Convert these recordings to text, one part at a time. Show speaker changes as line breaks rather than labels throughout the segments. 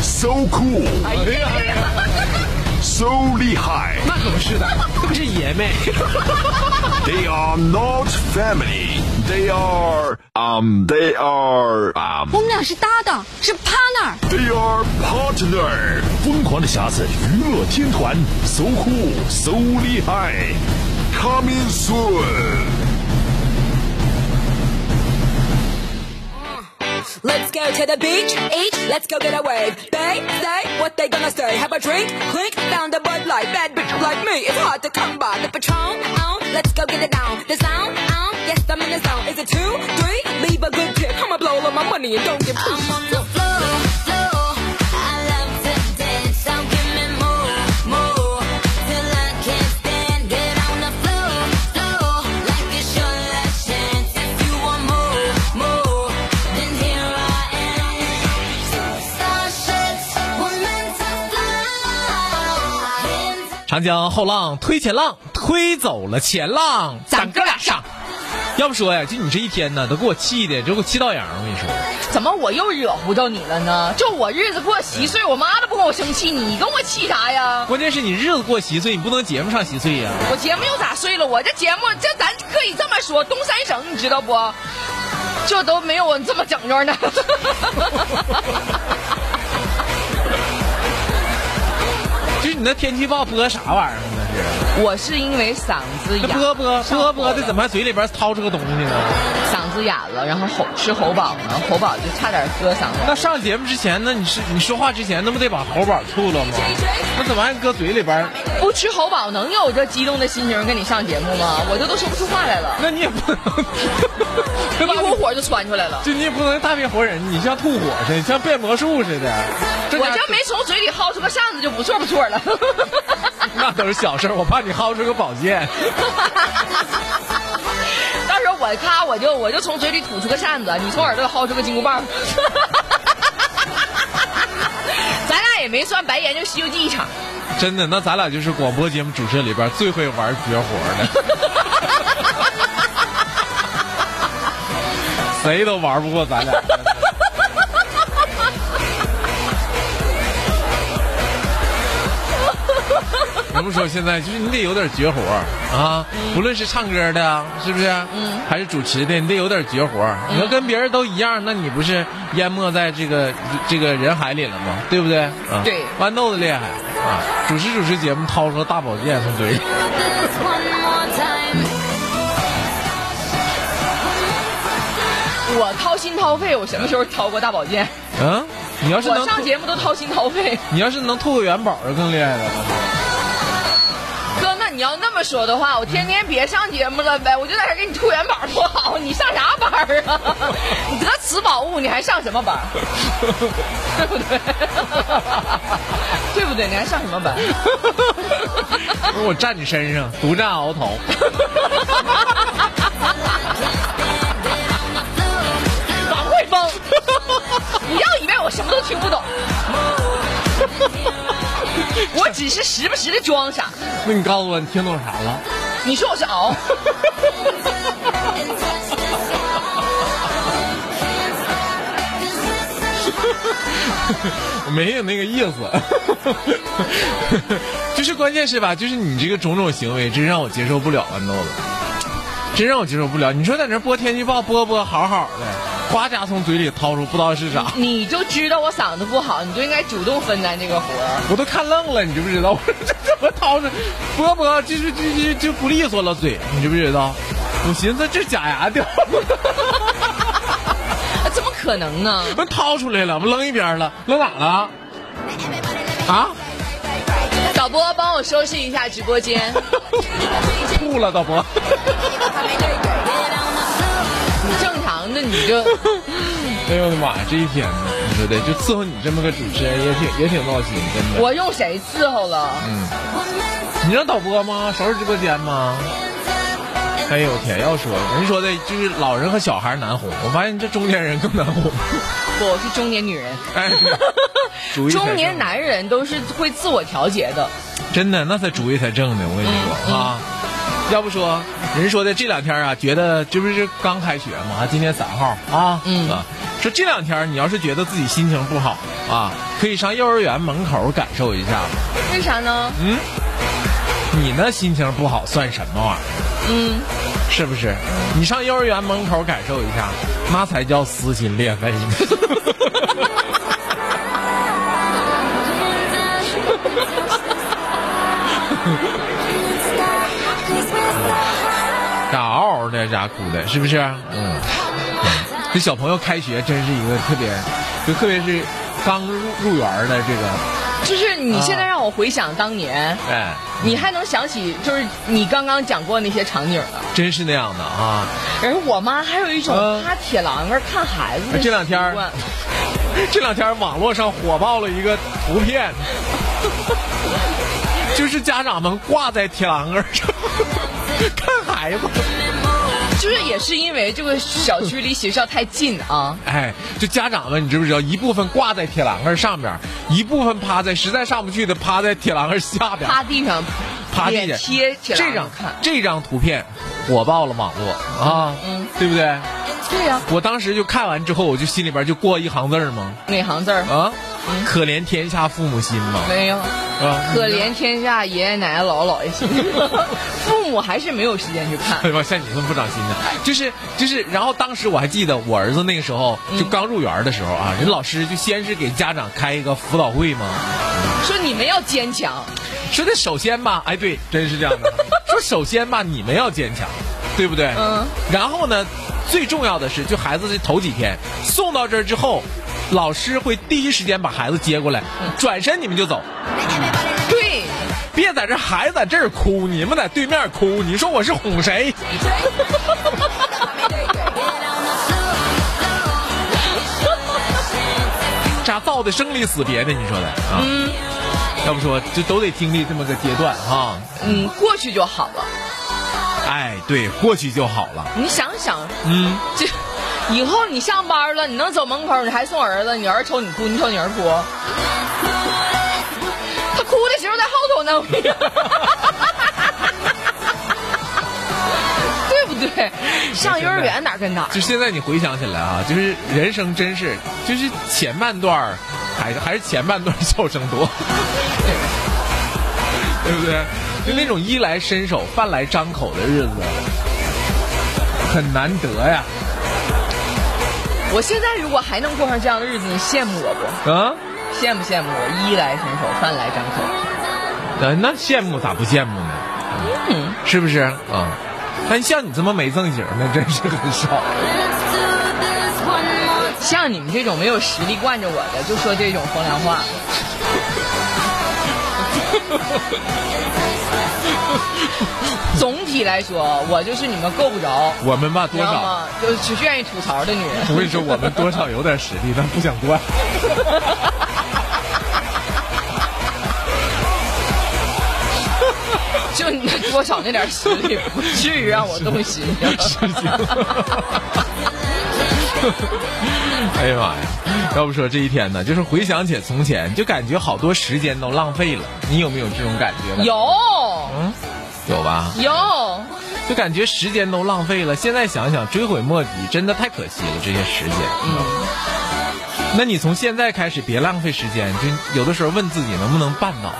So cool，s o 厉害。
那可不是的，这不是爷们。
They are not family. They are um. They are um.
我们俩是搭档，是 partner。
They are partner. 疯狂的匣子娱乐天团，so cool, so 厉害。Coming soon.
Let's go to the beach, eat, let's go get a wave. They say what they gonna say. Have a drink, clink, found a Bud Light. Bad bitch like me, it's hard to come by. The Patron, on, let's go get it down. The sound, on, yes, I'm in the zone. Is it two, three? Leave a good tip. I'ma blow all of my money and don't give a
I'm on the floor, floor. I love to dance. So give me more, more till I can't stand. Get on the floor, floor, like it's your last chance. If you want more, more, then here I am. Superstar shapes, we're meant to fly. Hands
长江后浪推前浪，推走了前浪，咱哥俩上。要不说呀，就你这一天呢，都给我气的，都给我气到痒。我跟你说，
怎么我又惹糊到你了呢？就我日子过稀碎，我妈都不跟我生气，你跟我气啥呀？
关键是你日子过稀碎，你不能节目上稀碎呀、
我节目又咋碎了？我这节目这咱可以这么说，东三省你知道不？就都没有我这么整装的。
就是你那天气预报播啥玩意儿呢？
哎
我是因为嗓子
那
哑，
播播
上
播播
火
的，
了
怎么还嘴里边掏出个东西呢？
嗓子哑了？然后吼吃喉宝呢，喉宝就差点割嗓子。
那上节目之前，那你是你说话之前，那不得把喉宝吐了吗？那怎么还搁嘴里边儿？
不吃喉宝能有这激动的心情跟你上节目吗？我这都说不出话来了，
那你也不能，
一股火就窜出来了。
就你也不能大变活人，你像吐火似的，你像变魔术似的。这
我
家
这没从嘴里薅出个扇子就不错不错了。
那都是小事儿，我怕你薅出个宝剑。
到时候我咔我就我就从嘴里吐出个扇子，你从耳朵里薅出个金箍棒。 咱俩也没算白研究《西游记》一场，
真的，那咱俩就是广播节目主持人里边最会玩绝活的，谁都玩不过咱 俩。我们说现在就是你得有点绝活啊，不论是唱歌的，是不是？嗯，还是主持的，你得有点绝活。
嗯
你要跟别人都一样，那你不是淹没在这个这个人海里了吗？对不对？啊，
对
豌豆子厉害啊！主持主持节目，掏出个大宝剑从嘴里。
this one more time.
我掏心掏肺，我什么时候掏过大宝剑？
嗯，你要是
我
能
上
吐，
节目都掏心掏肺。
你要是能吐个元宝就更厉害 了。
哥，那你要那么说的话，我天天别上节目了呗，我就在这儿给你吐元宝多好，你上啥班儿啊？ 你得此宝物，你还上什么班儿？ 对不对？ 对不对？你还上什么班？
我站你身上，独占鳌头。
王汇峰， 你要以为我什么都听不懂， 我只是时不时的装傻。
那你告诉我，你听懂啥了？
你说我是熬，
我没有那个意思， 就是关键是吧，就是你这个种种行为，真让我接受不了，豌豆子，真让我接受不了。你说在那播天气预报，播播好好的，夸家从嘴里掏出不知道是啥，
你就知道我嗓子不好，你就应该主动分担这个活儿。
我都看愣了，你知不知道？我 说这怎么掏出？播播就是就就就不利索了嘴，你知不知道？我寻思这假牙掉了，
啊怎么可能呢？
我掏出来了，我扔一边了，扔哪了？啊，
导播，帮我收拾一下直播间。
吐了，导播。
你正常的你就，
哎呦我的妈呀，这一天呢，你说的就伺候你这么个主持人也挺也挺闹心，真的。
我用谁伺候了？
你让导播吗？收拾直播间吗？哎呦我天，要说人说的就是老人和小孩难哄，我发现这中年人更难哄。
不，我是中年女人。
哎，主意才
中年
正
男人都是会自我调节的。
真的，那才主意才正呢。我跟你
嗯
说啊，要不说人说的这两天啊，觉得这不是刚开学嘛，今天三号啊，
嗯
啊，说这两天你要是觉得自己心情不好啊，可以上幼儿园门口感受一下。
为啥呢？
你那心情不好算什么玩意儿？嗯，是不是？你上幼儿园门口感受一下，那才叫撕心裂肺 呢。嘎嗷嗷的，家哭的，是不是？嗯，这小朋友开学真是一个特别，就特别是刚入入园的这个，
就是你现在
啊
让我回想当年，
哎，
你还能想起就是你刚刚讲过那些场景了。
真是那样的啊。
而我妈还有一种
嗯
趴铁栏杆看孩子的
啊这两天儿
习惯
这两天网络上火爆了一个图片，就是家长们挂在铁栏杆上 看孩子，
就是也是因为这个小区离学校太近啊。
哎，就家长们，你知不知道？一部分挂在铁栏杆上边，一部分趴在实在上不去的趴在铁栏杆下边，
趴地上，
趴地
脸
下
贴铁
这
栏
张
杆看。
这张图片火爆了网络啊，
嗯
对不对？
对呀、
我当时就看完之后，我就心里边就过一行字儿嘛，
哪行字儿？
啊，
嗯
可怜天下父母心嘛，
没有，
啊，
可怜天下爷爷奶奶 姥姥姥爷心，父母还是没有时间去看。
对吧？哎像你这么不长心的，就是就是，然后当时我还记得我儿子那个时候就刚入园的时候啊，人老师就先是给家长开一个辅导会嘛，
说你们要坚强，
说的首先吧，哎对，真是这样的， 说首先吧，你们要坚强，对不对？
嗯。
然后呢，最重要的是，就孩子这头几天送到这儿之后，老师会第一时间把孩子接过来，转身你们就走，
对，
别在这孩子在这儿哭，你们在对面哭，你说我是哄谁？ 咋造的生离死别的？你说的啊？要不说就都得经历这么个阶段哈、
嗯，过去就好了。
哎，对，过去就好了。
你想想，
嗯，
这以后你上班了，你能走门口，你还送儿子，你儿子瞅你哭，你瞅你儿哭，他哭的时候在后头呢，对不对？上幼儿园哪儿跟哪儿？
就现在你回想起来啊，就是人生真是，就是前半段儿还是还是前半段儿笑声多， 对不对？就那种衣来伸手、饭来张口的日子，很难得呀。
我现在如果还能过上这样的日子，你羡慕我不？
啊，
羡慕羡慕我，衣来伸手，饭来张口。
呃那羡慕咋不羡慕呢？
嗯，
是不是啊？但像你这么没正形的，真是很少。
像你们这种没有实力惯着我的，就说这种风凉话。 总体来说，我就是你们够不着，
我们吧，
你
多
知道
少？
吗？就只愿意吐槽的女人。
我跟你说，我们多少有点实力，但不想惯。
就你多少那点实力，不至于让我动 心。
哎呀妈呀！要不说这一天呢，就是回想起从前，就感觉好多时间都浪费了。你有没有这种感觉呢？
有
有吧？
有，
就感觉时间都浪费了。现在想想，追悔莫及，真的太可惜了这些时间。嗯，那你从现在开始别浪费时间，就有的时候问自己能不能办到。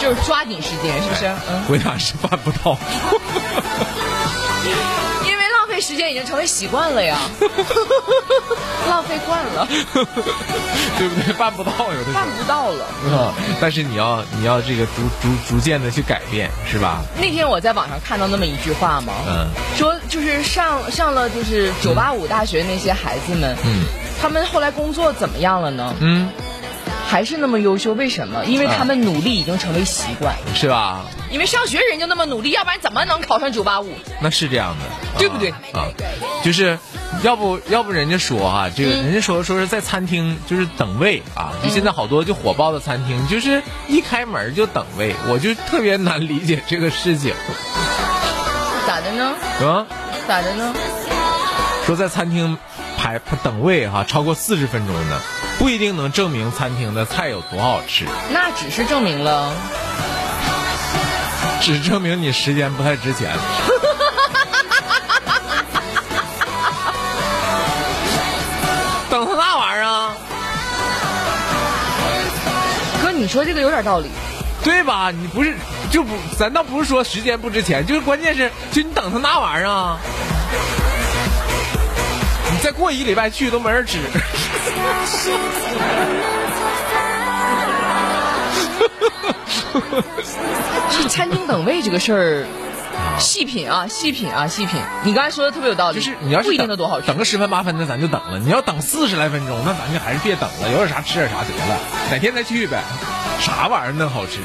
就是抓紧时间，是不是？嗯，
回答是办不 到。
因为浪费时间已经成为习 惯了呀，浪费惯了，
对不对？办不到有的时
办
候。
不到了。
啊、但是你要你要这个逐逐逐渐的去改变，是吧？
那天我在网上看到那么一句话嘛，
嗯
说就是上上了就是九八五大学那些孩子们，
嗯
他们后来工作怎么样了呢？
嗯，啊
还是那么优秀，为什么？因为他们努力已经成为习惯，
是吧？
因为上学人就那么努力，要不然怎么能考上九八五？
那是这样的，
对不对
啊？啊就是要不要不人家说哈、这
嗯
个、人家说说是在餐厅就是等位啊，就现在好多就火爆的餐厅，就是一开门就等位，我就特别难理解这个事情
咋的呢？
啊。
咋的呢？
说在餐厅排等位哈、超过四十分钟的，不一定能证明餐厅的菜有多好吃，
那只是证明了，
只证明你时间不太值钱。 等他那玩意儿啊，
哥，你说这个有点道理。
对吧？你不是就不，咱倒不是说时间不值钱，就是关键是，就你等他那玩意儿啊，你再过一礼拜去都没人吃。
这餐厅等位这个 事儿，细品啊，细品啊，细品。你刚才说的特别有道理，
就是你要是
不一定
等
能多好吃
等。个十分八分的咱就等了。你要等四十来分钟，那咱就还是别等了，有点啥吃点啥得了，哪天再去呗。啥玩意儿那好吃？